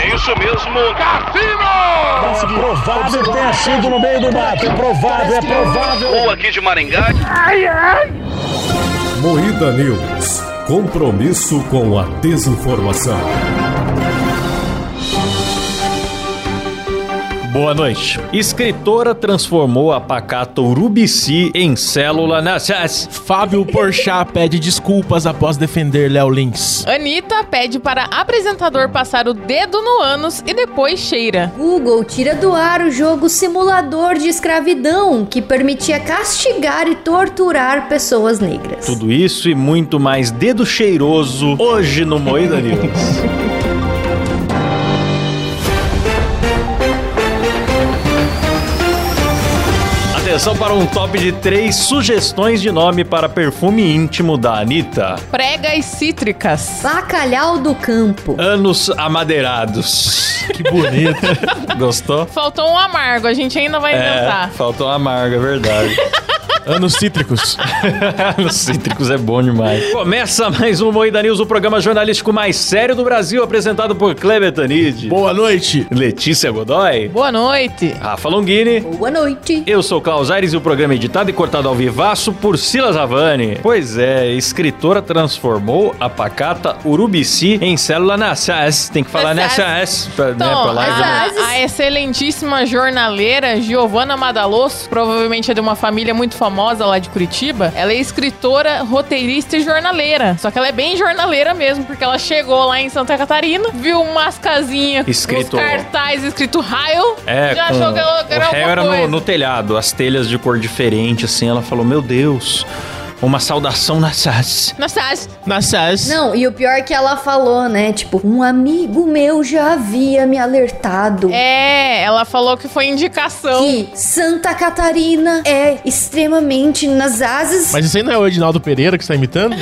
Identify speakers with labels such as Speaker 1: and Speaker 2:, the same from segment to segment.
Speaker 1: É isso mesmo, Cassino!
Speaker 2: Mas provável tenha sido no meio do mato. É provável, é provável.
Speaker 1: Ou aqui de Maringá.
Speaker 3: Moída News. Compromisso com a desinformação.
Speaker 4: Boa noite. Escritora transformou a pacata urubici em célula na
Speaker 5: Fábio Porchat pede desculpas após defender Léo Lins.
Speaker 6: Anitta pede para apresentador passar o dedo no ânus e depois cheira.
Speaker 7: Google tira do ar o jogo simulador de escravidão que permitia castigar e torturar pessoas negras.
Speaker 4: Tudo isso e muito mais dedo cheiroso hoje no Moída News. Atenção para um top de três sugestões de nome para perfume íntimo da Anitta.
Speaker 6: Pregas cítricas.
Speaker 7: Bacalhau do campo.
Speaker 4: Anos amadeirados.
Speaker 5: Que bonito.
Speaker 4: Gostou?
Speaker 6: Faltou um amargo, a gente ainda
Speaker 4: É.
Speaker 6: vai inventar.
Speaker 4: faltou a amarga, é verdade.
Speaker 5: Anos cítricos.
Speaker 4: Os cítricos é bom demais. Começa mais um Moída News, o programa jornalístico mais sério do Brasil, apresentado por Kleber Tanid,
Speaker 5: Boa noite.
Speaker 4: Letícia Godoy,
Speaker 6: Boa noite.
Speaker 4: Rafa Longini.
Speaker 7: Boa noite.
Speaker 4: Eu sou o Klaus Aires e o programa é editado e cortado ao vivaço por Silas Havani. Pois é, escritora transformou a pacata Urubici em célula na SAS. Tem que falar
Speaker 6: Na
Speaker 4: na SAS pra, né, pra live. né?
Speaker 6: a,
Speaker 7: né?
Speaker 6: Então, a excelentíssima jornaleira Giovana Madalosso, provavelmente é de uma família muito famosa lá de Curitiba, ela é escritora, roteirista e jornaleira. Só que ela é bem jornaleira mesmo, porque ela chegou lá em Santa Catarina, viu umas casinhas,
Speaker 4: Escrito-
Speaker 6: uns cartazes escrito raio,
Speaker 4: É,
Speaker 6: já
Speaker 4: com-
Speaker 6: achou que ela
Speaker 4: o
Speaker 6: era
Speaker 4: réu
Speaker 6: alguma
Speaker 4: era no,
Speaker 6: coisa.
Speaker 4: no telhado, as telhas de cor diferente, assim. Ela falou, meu Deus, uma saudação na SAS.
Speaker 6: Nossa,
Speaker 5: Na SAS.
Speaker 7: Não, e o pior é que ela falou, né? Tipo, um amigo meu já havia me alertado.
Speaker 6: é, então. ela falou que foi indicação.
Speaker 7: Que Santa Catarina é extremamente nas asas.
Speaker 5: Mas isso aí não é o Edinaldo Pereira que você tá imitando?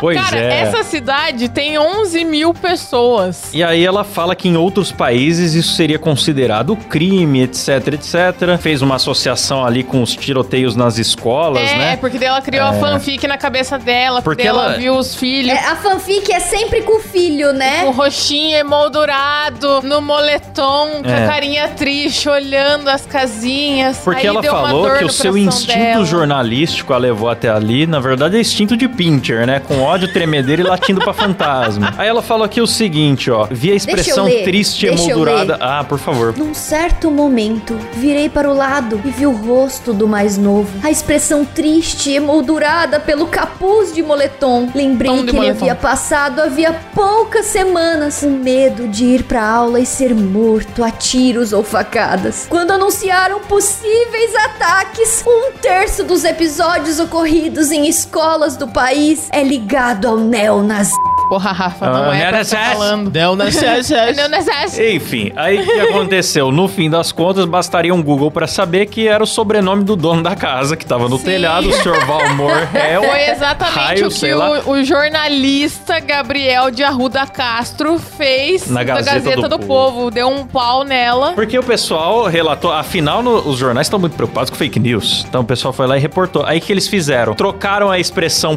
Speaker 4: Pois
Speaker 6: Cara,
Speaker 4: é.
Speaker 6: essa cidade tem 11 mil pessoas.
Speaker 4: E aí ela fala que em outros países isso seria considerado crime, etc, etc. Fez uma associação ali com os tiroteios nas escolas,
Speaker 6: é,
Speaker 4: né?
Speaker 6: porque daí ela criou a fanfic na cabeça dela, porque,
Speaker 4: Porque
Speaker 6: ela...
Speaker 4: ela-
Speaker 6: viu os filhos.
Speaker 7: É, a fanfic é sempre com o filho,
Speaker 6: O
Speaker 7: né?
Speaker 6: roxinho emoldurado, no moletom, com
Speaker 4: É.
Speaker 6: a carinha triste, olhando as casinhas.
Speaker 4: Porque
Speaker 6: Aí
Speaker 4: ela
Speaker 6: deu uma
Speaker 4: falou
Speaker 6: dor
Speaker 4: que
Speaker 6: no
Speaker 4: o seu
Speaker 6: coração
Speaker 4: instinto
Speaker 6: dela.
Speaker 4: jornalístico a levou até ali, na verdade é instinto de pincher, né? Com ódio, tremedeira e latindo pra fantasma. Aí ela falou aqui o seguinte, ó. Vi a
Speaker 7: eu
Speaker 4: expressão
Speaker 7: ler,
Speaker 4: triste,
Speaker 7: deixa eu
Speaker 4: emoldurada.
Speaker 7: ler.
Speaker 4: Ah, por favor.
Speaker 7: Num certo momento, virei para o lado e vi o rosto do mais novo. A expressão triste, emoldurada pelo capuz de moletom. Lembrei
Speaker 6: Tom de
Speaker 7: que ele
Speaker 6: moletom.
Speaker 7: havia passado havia poucas semanas com medo de ir para aula e ser morto a tiros ou facadas. Quando anunciaram possíveis ataques, um terço dos episódios ocorridos em escolas do país é ligado ao neonazismo.
Speaker 6: Porra, Rafa, não
Speaker 4: Ah,
Speaker 6: é pra
Speaker 4: era
Speaker 6: tá
Speaker 4: essa-
Speaker 6: falando.
Speaker 5: Não, na SAS.
Speaker 6: Não, não é essa-
Speaker 4: Enfim, aí o que aconteceu? No fim das contas, bastaria um Google pra saber que era o sobrenome do dono da casa, que tava no
Speaker 6: Sim.
Speaker 4: telhado, o Sr. Valmor Hell.
Speaker 6: Foi exatamente
Speaker 4: Raio,
Speaker 6: o
Speaker 4: sei
Speaker 6: que
Speaker 4: lá.
Speaker 6: o, o jornalista Gabriel de Arruda Castro fez
Speaker 4: Na Gazeta do
Speaker 6: do,
Speaker 4: Povo.
Speaker 6: Povo. Deu um pau nela.
Speaker 4: Porque o pessoal relatou, afinal, no- os jornais estão muito preocupados com fake news. Então o pessoal foi lá e reportou. Aí o que eles fizeram? Trocaram a expressão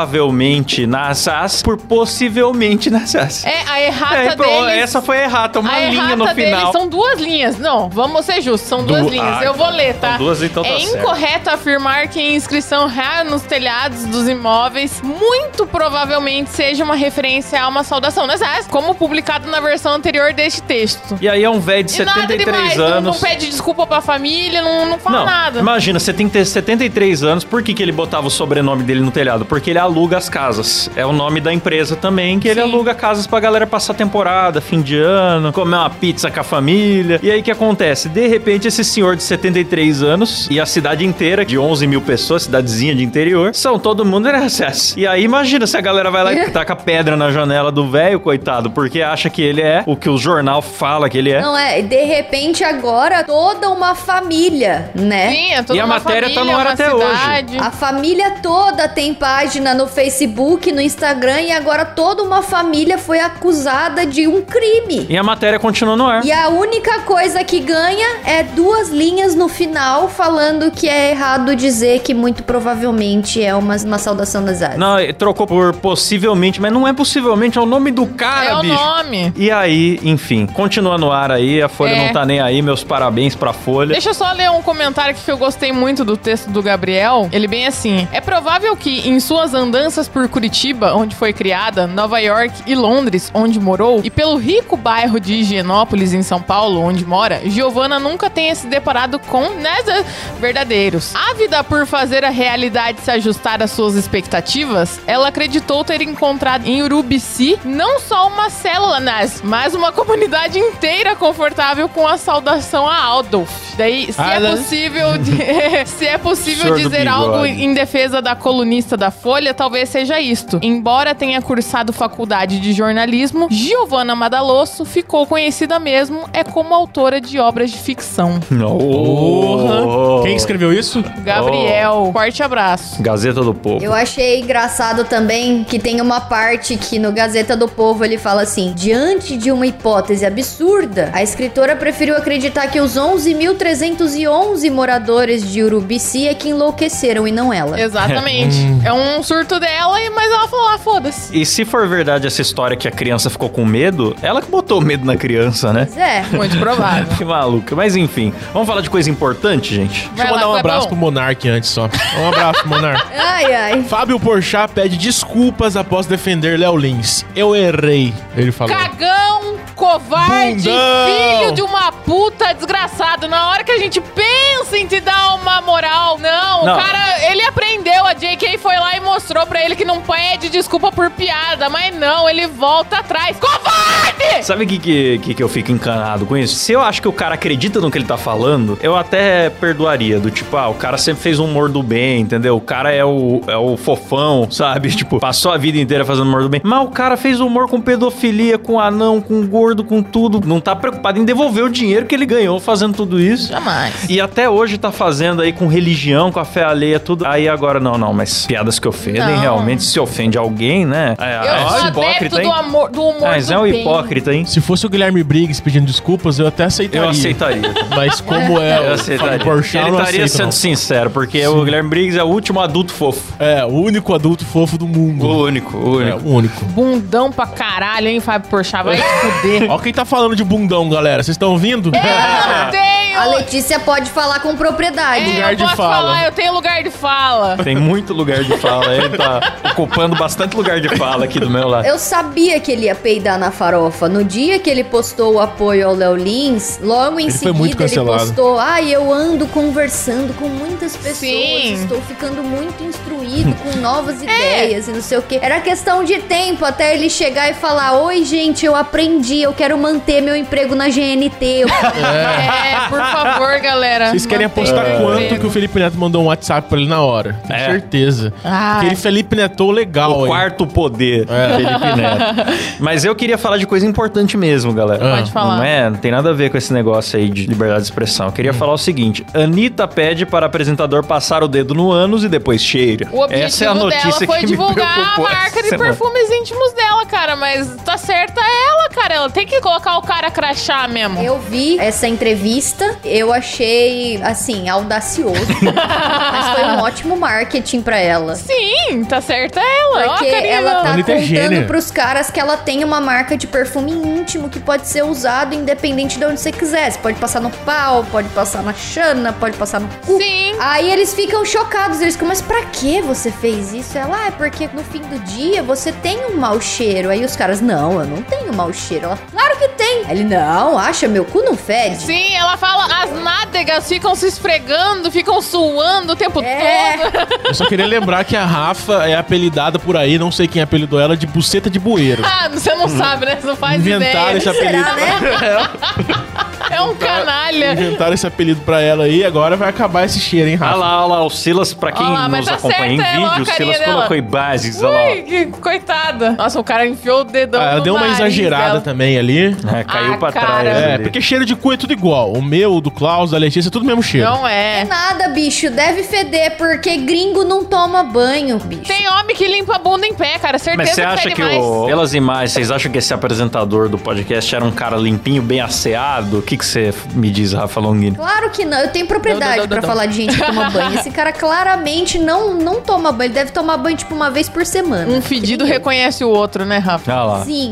Speaker 4: provavelmente na SAS por possivelmente na SAS.
Speaker 6: É, a errata
Speaker 4: É, pô,
Speaker 6: deles...
Speaker 4: essa foi a errata, uma
Speaker 6: a
Speaker 4: linha
Speaker 6: errata
Speaker 4: no
Speaker 6: deles
Speaker 4: final.
Speaker 6: são duas linhas. Não, vamos ser justos, são duas
Speaker 4: Du-
Speaker 6: linhas.
Speaker 4: Ah,
Speaker 6: Eu vou ler,
Speaker 4: então
Speaker 6: tá?
Speaker 4: duas, então tá
Speaker 6: é
Speaker 4: certo.
Speaker 6: incorreto afirmar que a inscrição real nos telhados dos imóveis muito provavelmente seja uma referência a uma saudação nas asas, como publicado na versão anterior deste texto.
Speaker 4: E aí é um velho de
Speaker 6: E nada
Speaker 4: 73
Speaker 6: demais, não-
Speaker 4: anos.
Speaker 6: Não, pede desculpa pra família, não, não fala
Speaker 4: Não,
Speaker 6: nada.
Speaker 4: imagina, você tem que ter 73 anos, por que, que ele botava o sobrenome dele no telhado? Porque ele aluga as casas. É o nome da empresa também, que ele
Speaker 6: Sim.
Speaker 4: aluga casas pra galera passar temporada, fim de ano, comer uma pizza com a família. E aí o que acontece? De repente, esse senhor de 73 anos e a cidade inteira, de 11 mil pessoas, cidadezinha de interior, são todo mundo em acesso. E aí imagina se a galera vai lá e taca pedra na janela do velho, coitado, porque acha que ele é o que o jornal fala que ele é.
Speaker 7: Não é, de repente agora toda uma família, né?
Speaker 6: Sim, é toda
Speaker 4: E a
Speaker 6: uma
Speaker 4: matéria tá no
Speaker 6: família,
Speaker 4: ar
Speaker 6: uma
Speaker 4: até hoje.
Speaker 6: cidade.
Speaker 7: A família toda tem página no Facebook, no Instagram e agora toda uma família foi acusada de um crime.
Speaker 4: E a matéria continua no ar.
Speaker 7: E a única coisa que ganha é duas linhas no final falando que é errado dizer que muito provavelmente é uma, uma saudação das asas.
Speaker 4: Não, ele trocou por possivelmente, mas não é possivelmente, é o nome do cara,
Speaker 6: é o
Speaker 4: bicho.
Speaker 6: nome.
Speaker 4: E aí, enfim, continua no ar aí, a Folha
Speaker 6: É.
Speaker 4: não tá nem aí, meus parabéns pra Folha.
Speaker 6: Deixa eu só ler um comentário aqui que eu gostei muito do texto do Gabriel. Ele bem assim: É provável que em suas andanças por Curitiba, onde foi criada, Nova York e Londres, onde morou, e pelo rico bairro de Higienópolis em São Paulo, onde mora, Giovanna nunca tenha se deparado com nessa verdadeiros. Ávida por fazer a realidade se ajustar às suas expectativas, ela acreditou ter encontrado em Urubici não só uma célula nas, mas uma comunidade inteira confortável com a saudação a Aldolf. Daí, se é
Speaker 5: Alan.
Speaker 6: possível, de- se é possível
Speaker 4: Ah, né? Senhor do
Speaker 6: dizer
Speaker 4: bigode.
Speaker 6: algo em defesa da colunista da Folha, talvez seja isto. Embora tenha cursado faculdade de jornalismo, Giovanna Madalosso ficou conhecida mesmo é como autora de obras de ficção.
Speaker 4: Porra.
Speaker 5: Quem escreveu isso?
Speaker 6: Gabriel, Oh. forte abraço.
Speaker 4: Gazeta do Povo.
Speaker 7: Eu achei engraçado também que tem uma parte que no Gazeta do Povo ele fala assim: diante de uma hipótese absurda, a escritora preferiu acreditar que os 11.311 moradores de Urubici é que enlouqueceram e não ela.
Speaker 6: Exatamente. é um surto dela, e- mas ela falou: ah, foda-se.
Speaker 4: E se for verdade essa história que a criança ficou com medo, ela que botou medo na criança, né?
Speaker 7: Mas é.
Speaker 6: Muito provável.
Speaker 4: Que maluca. Mas enfim, vamos falar de coisa importante, gente?
Speaker 5: Deixa eu
Speaker 6: Vai lá,
Speaker 5: mandar um
Speaker 6: Clebão.
Speaker 5: abraço pro Monark antes só. Um abraço, Monark.
Speaker 7: Ai, ai.
Speaker 5: Fábio Porchat pede desculpas após defender Léo Lins. Eu errei, ele falou.
Speaker 6: Cagão, covarde,
Speaker 5: Bundão.
Speaker 6: filho de uma puta desgraçado. Na hora que a gente pensa em te dar uma moral, não,
Speaker 4: Não.
Speaker 6: o cara, ele aprendeu. A JK foi lá e mostrou pra ele que não pede desculpa por piada, mas não, ele volta atrás. Covarde!
Speaker 4: Sabe o que, que, que, que eu fico encanado com isso? Se eu acho que o cara acredita no que ele tá falando, eu até perdoaria. Do tipo, ah, o cara sempre fez um humor do bem, entendeu? O cara é o, é o fofão, sabe? Tipo, passou a vida inteira fazendo humor do bem. Mas o cara fez humor com pedofilia, com anão, com gordo, com tudo. Não tá preocupado em devolver o dinheiro que ele ganhou fazendo tudo isso.
Speaker 6: Jamais.
Speaker 4: E até hoje tá fazendo aí com religião, com a fé alheia, tudo. Aí agora, não, não, mas piadas que ofendem,
Speaker 6: Não.
Speaker 4: realmente, se ofende alguém, né? É,
Speaker 6: Eu
Speaker 4: é
Speaker 6: sou adepto do, amor, do humor
Speaker 4: Mas
Speaker 6: do
Speaker 4: é um
Speaker 6: bem.
Speaker 4: hipócrita, hein?
Speaker 5: Se fosse o Guilherme Briggs pedindo desculpas, eu até aceitaria.
Speaker 4: Eu aceitaria.
Speaker 5: Mas como é
Speaker 4: Eu
Speaker 5: o Fábio
Speaker 4: aceitaria.
Speaker 5: Porchat, eu
Speaker 4: Ele
Speaker 5: não
Speaker 4: estaria
Speaker 5: aceito,
Speaker 4: sendo
Speaker 5: não.
Speaker 4: sincero, porque o Guilherme Briggs é o último adulto fofo.
Speaker 5: É, o único adulto fofo do
Speaker 4: O
Speaker 5: mundo.
Speaker 4: único, o
Speaker 5: É,
Speaker 4: único.
Speaker 5: o único.
Speaker 6: Bundão pra caralho, hein, Fábio Porchat? Vai se fuder.
Speaker 5: Ó quem tá falando de bundão, galera. Vocês estão ouvindo?
Speaker 6: Eu É. não tenho...
Speaker 7: A Letícia pode falar com propriedade.
Speaker 5: lugar
Speaker 6: eu
Speaker 5: de
Speaker 6: posso
Speaker 5: fala.
Speaker 6: falar, eu tenho lugar de fala.
Speaker 5: um-
Speaker 4: Tem muito lugar de fala. Ele tá ocupando bastante lugar de fala aqui do meu lado.
Speaker 7: Eu sabia que ele ia peidar na farofa. No dia que ele postou o apoio ao Léo Lins, logo em
Speaker 5: Ele foi
Speaker 7: seguida
Speaker 5: muito
Speaker 7: ele
Speaker 5: cancelado.
Speaker 7: postou: Ai, eu ando conversando com muitas pessoas,
Speaker 6: Sim.
Speaker 7: estou ficando muito instruído com novas ideias e não sei o quê. Era questão de tempo até ele chegar e falar: Oi, gente, eu aprendi, eu quero manter meu emprego na GNT. Eu-
Speaker 6: É, por favor, galera.
Speaker 5: Vocês querem
Speaker 6: mantenha
Speaker 5: apostar
Speaker 6: o
Speaker 5: quanto
Speaker 6: emprego.
Speaker 5: que o Felipe Neto mandou um WhatsApp pra ele na hora? Tenho
Speaker 4: É.
Speaker 5: certeza.
Speaker 6: Ah.
Speaker 5: Porque ele Felipe Netou legal,
Speaker 4: O
Speaker 5: hein?
Speaker 4: quarto poder,
Speaker 5: É.
Speaker 4: Felipe Neto. Mas eu queria falar de coisa importante mesmo, galera.
Speaker 5: Ah.
Speaker 6: Pode falar.
Speaker 4: Não é? Não tem nada a ver com esse negócio aí de liberdade de expressão. Eu
Speaker 5: Hum.
Speaker 4: queria falar o seguinte: Anitta pede para apresentador passar o dedo no ânus e depois cheira.
Speaker 6: O objetivo
Speaker 4: Essa é a notícia
Speaker 6: dela foi
Speaker 4: que me
Speaker 6: divulgar a
Speaker 4: preocupou essa é
Speaker 6: marca de
Speaker 4: semana.
Speaker 6: perfumes íntimos dela, cara. Mas tá certa ela, cara. Ela tem que colocar o cara crachá mesmo.
Speaker 7: Eu vi essa entrevista, eu achei, assim, audacioso. mas foi um ótimo marketing pra ela.
Speaker 6: Sim, tá certa ela. Ó,
Speaker 7: Porque
Speaker 6: Karina.
Speaker 7: ela tá
Speaker 5: Anitta é
Speaker 7: contando
Speaker 5: gênia.
Speaker 7: pros caras que ela tem uma marca de perfume íntimo que pode ser usado independente de onde você quiser. Você pode passar no pau, pode passar na chana, pode passar no cu.
Speaker 6: Sim.
Speaker 7: Aí eles ficam chocados, eles ficam, mas pra que você fez isso? Ela, ah, é porque no fim do dia você tem um mau cheiro. Aí os caras, não, eu não tenho mau cheiro. Ela, claro que tem. Aí ele, não, acha, meu cu não fede.
Speaker 6: Sim, ela fala, as nádegas ficam se esfregando, ficam suando o tempo
Speaker 7: É.
Speaker 6: todo.
Speaker 5: Eu só queria lembrar que a Rafa é apelidada por aí, não sei quem apelidou ela, de buceta de bueiro.
Speaker 6: Ah, você não sabe, né? Você não faz
Speaker 5: Inventaram
Speaker 6: ideia.
Speaker 5: esse apelido.
Speaker 7: Será, né?
Speaker 6: É é um canalha.
Speaker 5: Inventaram esse apelido pra ela aí, agora vai acabar esse cheiro, hein,
Speaker 4: Olha
Speaker 5: Rafa?
Speaker 4: Ah, lá, olha lá, o Silas, pra quem
Speaker 6: Olha lá, mas
Speaker 4: nos
Speaker 6: tá
Speaker 4: acompanha
Speaker 6: certa,
Speaker 4: em
Speaker 6: olha lá a
Speaker 4: vídeo, o
Speaker 6: carinha
Speaker 4: Silas
Speaker 6: dela.
Speaker 4: colocou em bases, olha lá.
Speaker 6: Ui, que coitada. Nossa, o cara enfiou o dedão
Speaker 5: Ah,
Speaker 6: no
Speaker 5: ela deu uma
Speaker 6: nariz
Speaker 5: exagerada
Speaker 6: dela.
Speaker 5: também ali.
Speaker 4: ó. É, caiu
Speaker 6: Ah,
Speaker 4: pra
Speaker 6: cara.
Speaker 4: trás.
Speaker 5: É,
Speaker 4: ali.
Speaker 5: porque cheiro de cu é tudo igual. O meu, o do Klaus, da Letícia, é tudo o mesmo cheiro.
Speaker 6: Não é.
Speaker 7: Nada, bicho. Deve feder, porque gringo não toma banho, bicho.
Speaker 6: Tem homem que limpa a bunda em pé, cara. Certeza
Speaker 4: Mas você
Speaker 6: que
Speaker 4: acha
Speaker 6: fede
Speaker 4: que,
Speaker 6: mais.
Speaker 4: o, pelas imagens, vocês acham que esse apresentador do podcast era um cara limpinho, bem asseado? O que que você me diz, Rafa Longini?
Speaker 7: Claro que não. Eu tenho propriedade
Speaker 6: Não, não, não,
Speaker 7: pra
Speaker 6: não.
Speaker 7: falar de gente que toma banho. Esse cara claramente não, não toma banho. Ele deve tomar banho, tipo, uma vez por semana.
Speaker 6: Um fedido
Speaker 7: Que nem eu.
Speaker 6: reconhece o outro, né, Rafa?
Speaker 4: Olha lá.
Speaker 7: Sim.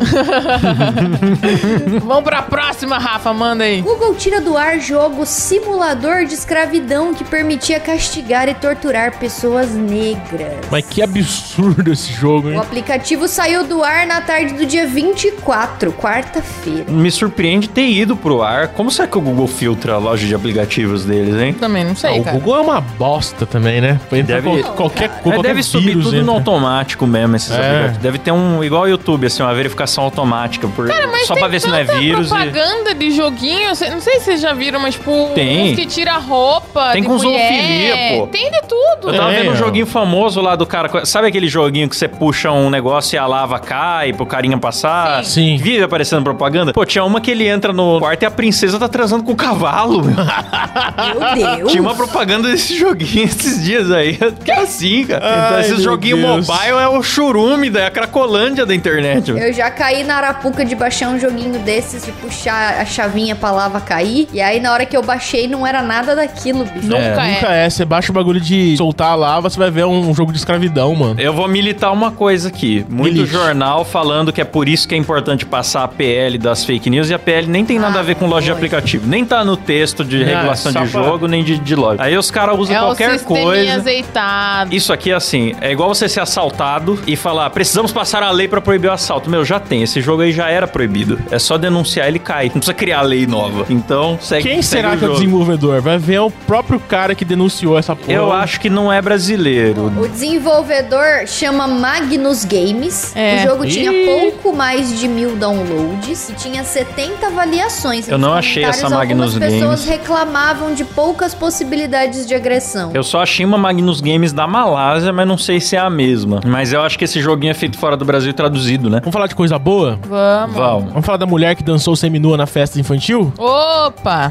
Speaker 6: Vamos pra próxima, Rafa, manda aí.
Speaker 7: Google tira do ar jogo simulador de escravidão que permitia castigar e torturar pessoas negras.
Speaker 5: Mas que absurdo esse jogo,
Speaker 7: O
Speaker 5: hein?
Speaker 7: aplicativo saiu do ar na tarde do dia 24, quarta-feira.
Speaker 4: Me surpreende ter ido pro ar. Como será que o Google filtra a loja de aplicativos deles, hein?
Speaker 6: Também, não
Speaker 5: Ah,
Speaker 6: sei,
Speaker 5: o
Speaker 6: cara.
Speaker 5: Google é uma bosta também, né? Entra
Speaker 4: Deve-
Speaker 5: qual- qualquer cu,
Speaker 4: Mas
Speaker 5: qualquer
Speaker 4: É, deve subir
Speaker 5: vírus
Speaker 4: tudo
Speaker 5: entra.
Speaker 4: no automático mesmo, esses
Speaker 5: É.
Speaker 4: aplicativos. Deve ter um, igual o YouTube, assim, uma verificação automática. por- só pra ver se não é
Speaker 6: tanta
Speaker 4: vírus. e-
Speaker 6: propaganda de joguinho, cê- não sei se vocês já viram, mas tipo,
Speaker 4: Tem.
Speaker 6: uns que tira a roupa.
Speaker 4: Tem
Speaker 6: de
Speaker 4: com
Speaker 6: mulher.
Speaker 4: zoofilia, pô.
Speaker 6: Tem de tudo.
Speaker 4: Eu tava
Speaker 5: É,
Speaker 4: vendo um
Speaker 5: ó.
Speaker 4: joguinho famoso lá do cara. Sabe aquele joguinho que você puxa um negócio e a lava cai pro carinha passar?
Speaker 5: Sim. Sim.
Speaker 4: Vive aparecendo propaganda? Pô, tinha uma que ele entra no quarto e a princesa tá transando com o cavalo. meu.
Speaker 6: Ah,
Speaker 7: Meu Deus.
Speaker 4: tinha uma propaganda desse joguinho esses dias aí. Que é assim, cara. então,
Speaker 5: Ai,
Speaker 4: esses
Speaker 5: meu
Speaker 4: joguinhos
Speaker 5: Deus.
Speaker 4: mobile é o churume, da é a cracolândia da internet. velho.
Speaker 7: Eu já caí na arapuca de baixar um joguinho desses, de puxar a chavinha pra lava cair. E aí, na hora que eu baixei, não era nada daquilo, bicho.
Speaker 6: Nunca
Speaker 5: É,
Speaker 6: é.
Speaker 5: nunca é. Você baixa o bagulho de soltar a lava, você vai ver um jogo de escravidão, mano.
Speaker 4: Eu vou militar uma coisa aqui. Muito
Speaker 5: Milite.
Speaker 4: jornal falando que é por isso que é importante passar a PL das fake news e a PL nem tem nada a ver com loja de aplicativo. Nem tá no texto de
Speaker 5: Ah,
Speaker 4: regulação
Speaker 5: só
Speaker 4: de
Speaker 5: pra-
Speaker 4: jogo, nem de, de loja. Aí os caras usam
Speaker 6: é o
Speaker 4: qualquer
Speaker 6: sisteminha
Speaker 4: coisa.
Speaker 6: azeitado.
Speaker 4: Isso aqui é assim, é igual você ser assaltado e falar, precisamos passar a lei pra proibir o assalto. Meu, já tem, esse jogo aí já era proibido. É só denunciar ele cai. Não precisa criar lei nova. Então, segue
Speaker 5: Quem
Speaker 4: segue
Speaker 5: será
Speaker 4: o
Speaker 5: que é o
Speaker 4: jogo.
Speaker 5: desenvolvedor? Vai ver o próprio cara que denunciou essa porra.
Speaker 4: Eu acho que não é brasileiro.
Speaker 7: O desenvolvedor chama Magnus Games.
Speaker 6: É.
Speaker 7: O jogo tinha
Speaker 5: Ih.
Speaker 7: pouco mais de mil downloads e tinha 70 avaliações.
Speaker 4: Eu
Speaker 7: Nos
Speaker 4: não achei
Speaker 7: comentários,
Speaker 4: essa Magnus
Speaker 7: Algumas pessoas
Speaker 4: Games.
Speaker 7: reclamavam de poucas possibilidades de agressão.
Speaker 4: Eu só achei uma Magnus Games da Malásia, mas não sei se é a mesma. Mas eu acho que esse joguinho é feito fora do Brasil e traduzido, né?
Speaker 5: Vamos falar de coisa boa?
Speaker 6: Vamos.
Speaker 4: Vamos.
Speaker 5: Vamos falar da mulher que dançou seminua na festa infantil?
Speaker 6: Opa!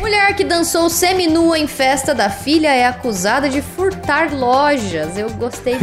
Speaker 7: Mulher que dançou seminua em festa da filha é acusada de furtar lojas. Eu gostei.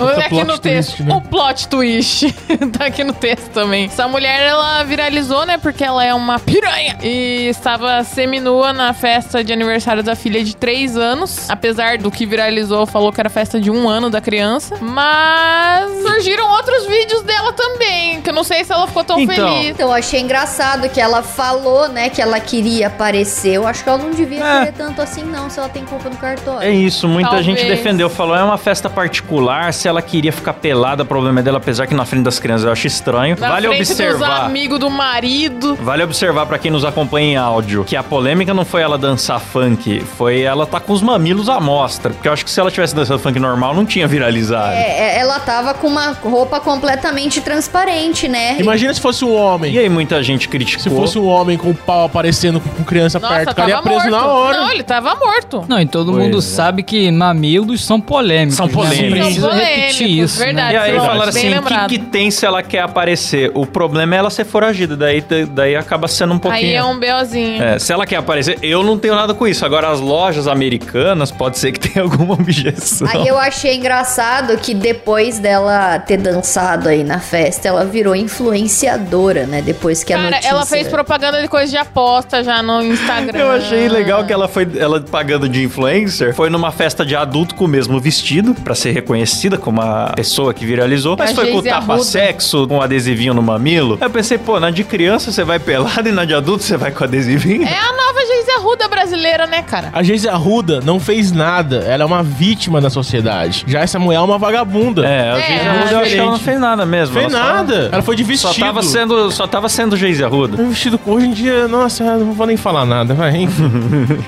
Speaker 6: Olha aqui
Speaker 5: plot
Speaker 6: no texto.
Speaker 5: twist, né?
Speaker 6: O plot twist. tá aqui no texto também. Essa mulher, ela viralizou, né? Porque ela é uma piranha. E estava seminua na festa de aniversário da filha de 3 anos. Apesar do que viralizou, falou que era festa de um ano da criança. Mas surgiram outros vídeos dela também. Que eu não sei se ela ficou tão
Speaker 4: Então.
Speaker 6: feliz.
Speaker 7: então, eu achei engraçado que ela falou, né, que ela queria aparecer. Eu acho que ela não devia
Speaker 4: É.
Speaker 7: querer tanto assim, não, se ela tem culpa no cartório.
Speaker 4: É isso, muita
Speaker 6: Talvez.
Speaker 4: gente defendeu, falou, é uma festa particular, se ela queria ficar pelada, o problema é dela, apesar que na frente das crianças eu acho estranho.
Speaker 6: Na
Speaker 4: vale
Speaker 6: frente dos
Speaker 4: observar.
Speaker 6: amigos do marido.
Speaker 4: Vale observar pra quem nos acompanha em áudio que a polêmica não foi ela dançar funk, foi ela tá com os mamilos à mostra. Porque eu acho que se ela tivesse dançado funk normal, não tinha viralizado.
Speaker 7: É, é, ela tava com uma roupa completamente transparente, né?
Speaker 5: Imagina se fosse um
Speaker 4: E
Speaker 5: homem.
Speaker 4: aí muita gente criticou.
Speaker 5: Se fosse um homem com o pau aparecendo com com criança perto,
Speaker 6: Nossa,
Speaker 5: o cara ia
Speaker 6: tava
Speaker 5: preso
Speaker 6: morto.
Speaker 5: na hora.
Speaker 6: Não, ele tava morto.
Speaker 8: Não, e todo
Speaker 4: Pois
Speaker 8: mundo
Speaker 4: é.
Speaker 8: sabe que mamilos são polêmicos.
Speaker 4: São
Speaker 8: né?
Speaker 4: polêmicos.
Speaker 8: Não precisa
Speaker 6: São
Speaker 8: repetir
Speaker 6: polêmicos,
Speaker 8: isso. né?
Speaker 6: verdade.
Speaker 4: E aí
Speaker 6: Verdade.
Speaker 4: falaram
Speaker 6: Bem
Speaker 4: assim, o que,
Speaker 6: lembrado.
Speaker 4: que tem se ela quer aparecer? O problema é ela ser foragida, daí, daí acaba sendo um pouquinho...
Speaker 6: Aí é um BOzinho.
Speaker 4: É, se ela quer aparecer, eu não tenho nada com isso. Agora, as lojas americanas, pode ser que tenha alguma objeção.
Speaker 7: Aí eu achei engraçado que depois dela ter dançado aí na festa, ela virou influenciadora, né? Depois que a
Speaker 6: Cara,
Speaker 7: notícia...
Speaker 6: ela fez propaganda de coisa de aposta já no Instagram.
Speaker 4: Eu achei legal que ela foi ela pagando de influencer, foi numa festa de adulto com o mesmo vestido pra ser reconhecida como a pessoa que viralizou, mas
Speaker 6: A é
Speaker 4: foi com
Speaker 6: Geise Arruda.
Speaker 4: tapa sexo, com adesivinho no mamilo. Aí Eu pensei, pô, na de criança você vai pelado e na de adulto você vai com adesivinho?
Speaker 6: É a nova Geise Arruda brasileira, né, cara?
Speaker 5: A Geise Arruda não fez nada. Ela é uma vítima da sociedade. Já essa mulher é uma vagabunda.
Speaker 4: É, a
Speaker 6: É,
Speaker 4: Geise Arruda eu acho que ela não fez nada mesmo.
Speaker 5: Fez
Speaker 4: ela só-
Speaker 5: nada. Ela foi de
Speaker 4: Só
Speaker 5: vestido.
Speaker 4: tava sendo, só tava sendo Geise Arruda.
Speaker 5: Um vestido hoje em dia, nossa, eu não vou nem falar nada, vai. Enfim.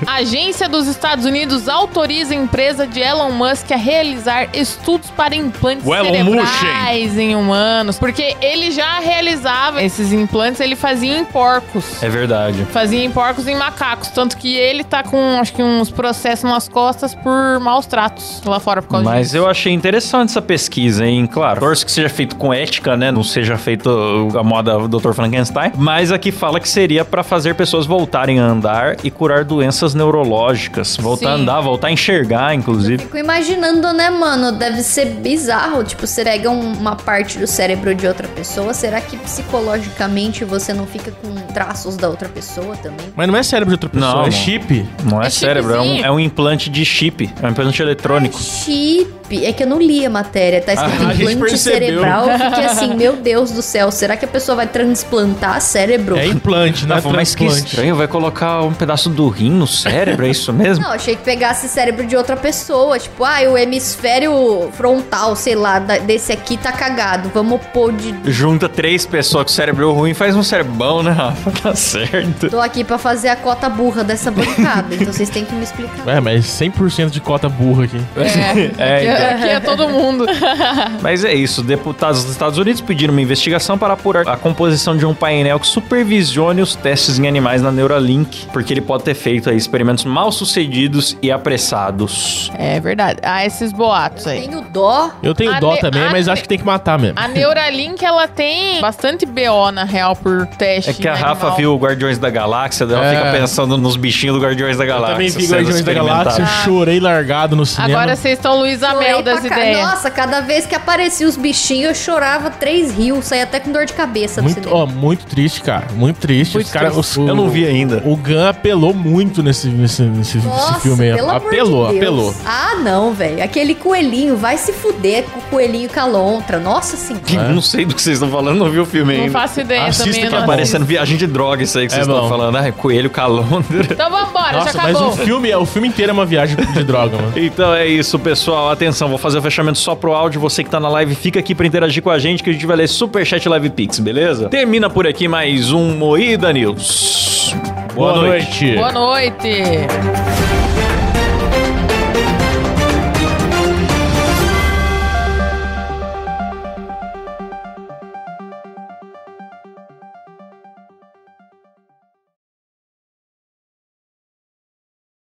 Speaker 6: A agência dos Estados Unidos autoriza a empresa de Elon Musk a realizar estudos para implantes
Speaker 4: O Elon
Speaker 6: cerebrais em humanos. Porque ele já usava esses implantes, ele fazia em porcos.
Speaker 4: É verdade.
Speaker 6: Fazia em porcos e em macacos. Tanto que ele tá com, acho que, uns processos nas costas por maus tratos lá fora por causa
Speaker 4: Mas
Speaker 6: disso.
Speaker 4: eu achei interessante essa pesquisa, hein? Claro, torço que seja feito com ética, né? Não seja feito a moda Dr. Frankenstein. Mas aqui fala que seria pra fazer pessoas voltarem a andar e curar doenças neurológicas. Voltar a
Speaker 6: Sim.
Speaker 4: andar, voltar a enxergar, inclusive.
Speaker 7: Fico imaginando, né, mano? Deve ser bizarro. Tipo, você pega um- uma parte do cérebro de outra pessoa. Será que psicologicamente você não fica com traços da outra pessoa também?
Speaker 5: Mas não é cérebro de outra pessoa,
Speaker 4: Não.
Speaker 5: é chip.
Speaker 4: Não é,
Speaker 6: É
Speaker 4: cérebro, é um,
Speaker 6: chipzinho.
Speaker 4: é um implante de chip. É um implante eletrônico.
Speaker 7: Chip. É que eu não li a matéria. Tá escrito
Speaker 5: Ah, a gente
Speaker 7: implante
Speaker 5: percebeu.
Speaker 7: cerebral. Eu fiquei assim, meu Deus do céu. Será que a pessoa vai transplantar cérebro?
Speaker 5: É implante, não é
Speaker 4: Nossa, mas que
Speaker 5: transplante.
Speaker 4: estranho, vai colocar um pedaço do rim no cérebro, é isso mesmo?
Speaker 7: Não, achei que pegasse cérebro de outra pessoa. Tipo, ah, o hemisfério frontal, sei lá, da- desse aqui tá cagado. Vamos pôr de.
Speaker 4: Junta três pessoas com cérebro ruim, faz um cérebro bom, né, Rafa? Tá certo.
Speaker 7: Tô aqui pra fazer a cota burra dessa bancada. então vocês têm que me explicar.
Speaker 5: É, mas 100% de cota burra aqui.
Speaker 4: É, então.
Speaker 6: Aqui é todo mundo.
Speaker 4: Mas é isso, deputados dos Estados Unidos pediram uma investigação para apurar a composição de um painel que supervisione os testes em animais na Neuralink, porque ele pode ter feito aí experimentos mal sucedidos e apressados.
Speaker 6: é verdade. Ah, esses boatos aí.
Speaker 7: Tenho dó.
Speaker 5: Eu tenho
Speaker 6: A
Speaker 5: dó
Speaker 6: ne-
Speaker 5: também,
Speaker 6: a
Speaker 5: mas
Speaker 6: ne-
Speaker 5: acho que tem que matar mesmo.
Speaker 6: A Neuralink, ela tem bastante BO, na real, por teste.
Speaker 4: É que a
Speaker 6: em
Speaker 4: Rafa
Speaker 6: animal.
Speaker 4: viu o Guardiões da Galáxia, daí ela
Speaker 5: É.
Speaker 4: fica pensando nos bichinhos do Guardiões da
Speaker 5: Eu
Speaker 4: Galáxia.
Speaker 5: também vi
Speaker 4: sendo
Speaker 5: Guardiões da Galáxia, eu
Speaker 4: experimentados.
Speaker 5: chorei largado no cinema.
Speaker 6: Agora vocês estão Luiz Amel
Speaker 7: Chorei pra
Speaker 6: das
Speaker 7: ca-
Speaker 6: Tá ideias.
Speaker 7: Nossa, cada vez que aparecia os bichinhos, eu chorava três rios, saía até com dor de cabeça
Speaker 6: tá
Speaker 7: do
Speaker 5: muito,
Speaker 7: cinema.
Speaker 5: ó, muito triste, cara. Muito triste.
Speaker 6: Muito
Speaker 5: Os cara,
Speaker 6: triste.
Speaker 5: os-
Speaker 4: Eu não vi ainda.
Speaker 5: O Gun apelou muito nesse, nesse, nesse, nesse filme aí.
Speaker 7: pelo amor
Speaker 5: apelou,
Speaker 7: de Deus.
Speaker 5: apelou.
Speaker 7: Ah, não, velho. Aquele coelhinho vai se fuder com o coelhinho calontra. Nossa senhora.
Speaker 4: Não sei do que vocês estão falando, não vi o filme
Speaker 6: Não é
Speaker 4: ainda.
Speaker 6: faço ideia
Speaker 5: Assista
Speaker 6: também.
Speaker 5: que
Speaker 6: não.
Speaker 4: Tá parecendo viagem de droga isso aí que
Speaker 5: É
Speaker 4: vocês estão
Speaker 5: bom.
Speaker 4: falando. Ah, coelho calondra.
Speaker 6: Então vambora,
Speaker 5: Nossa,
Speaker 6: já
Speaker 4: um
Speaker 5: mas
Speaker 6: acabou.
Speaker 5: o filme, é, o filme inteiro é uma viagem de droga, mano.
Speaker 4: Então é isso, pessoal. Atenção, vou fazer o fechamento só pro áudio. Você que tá na live, fica aqui pra interagir com a gente, que a gente vai ler Superchat e Live Pix, beleza? Termina por aqui mais um Moída News.
Speaker 5: Boa noite.
Speaker 6: Boa noite.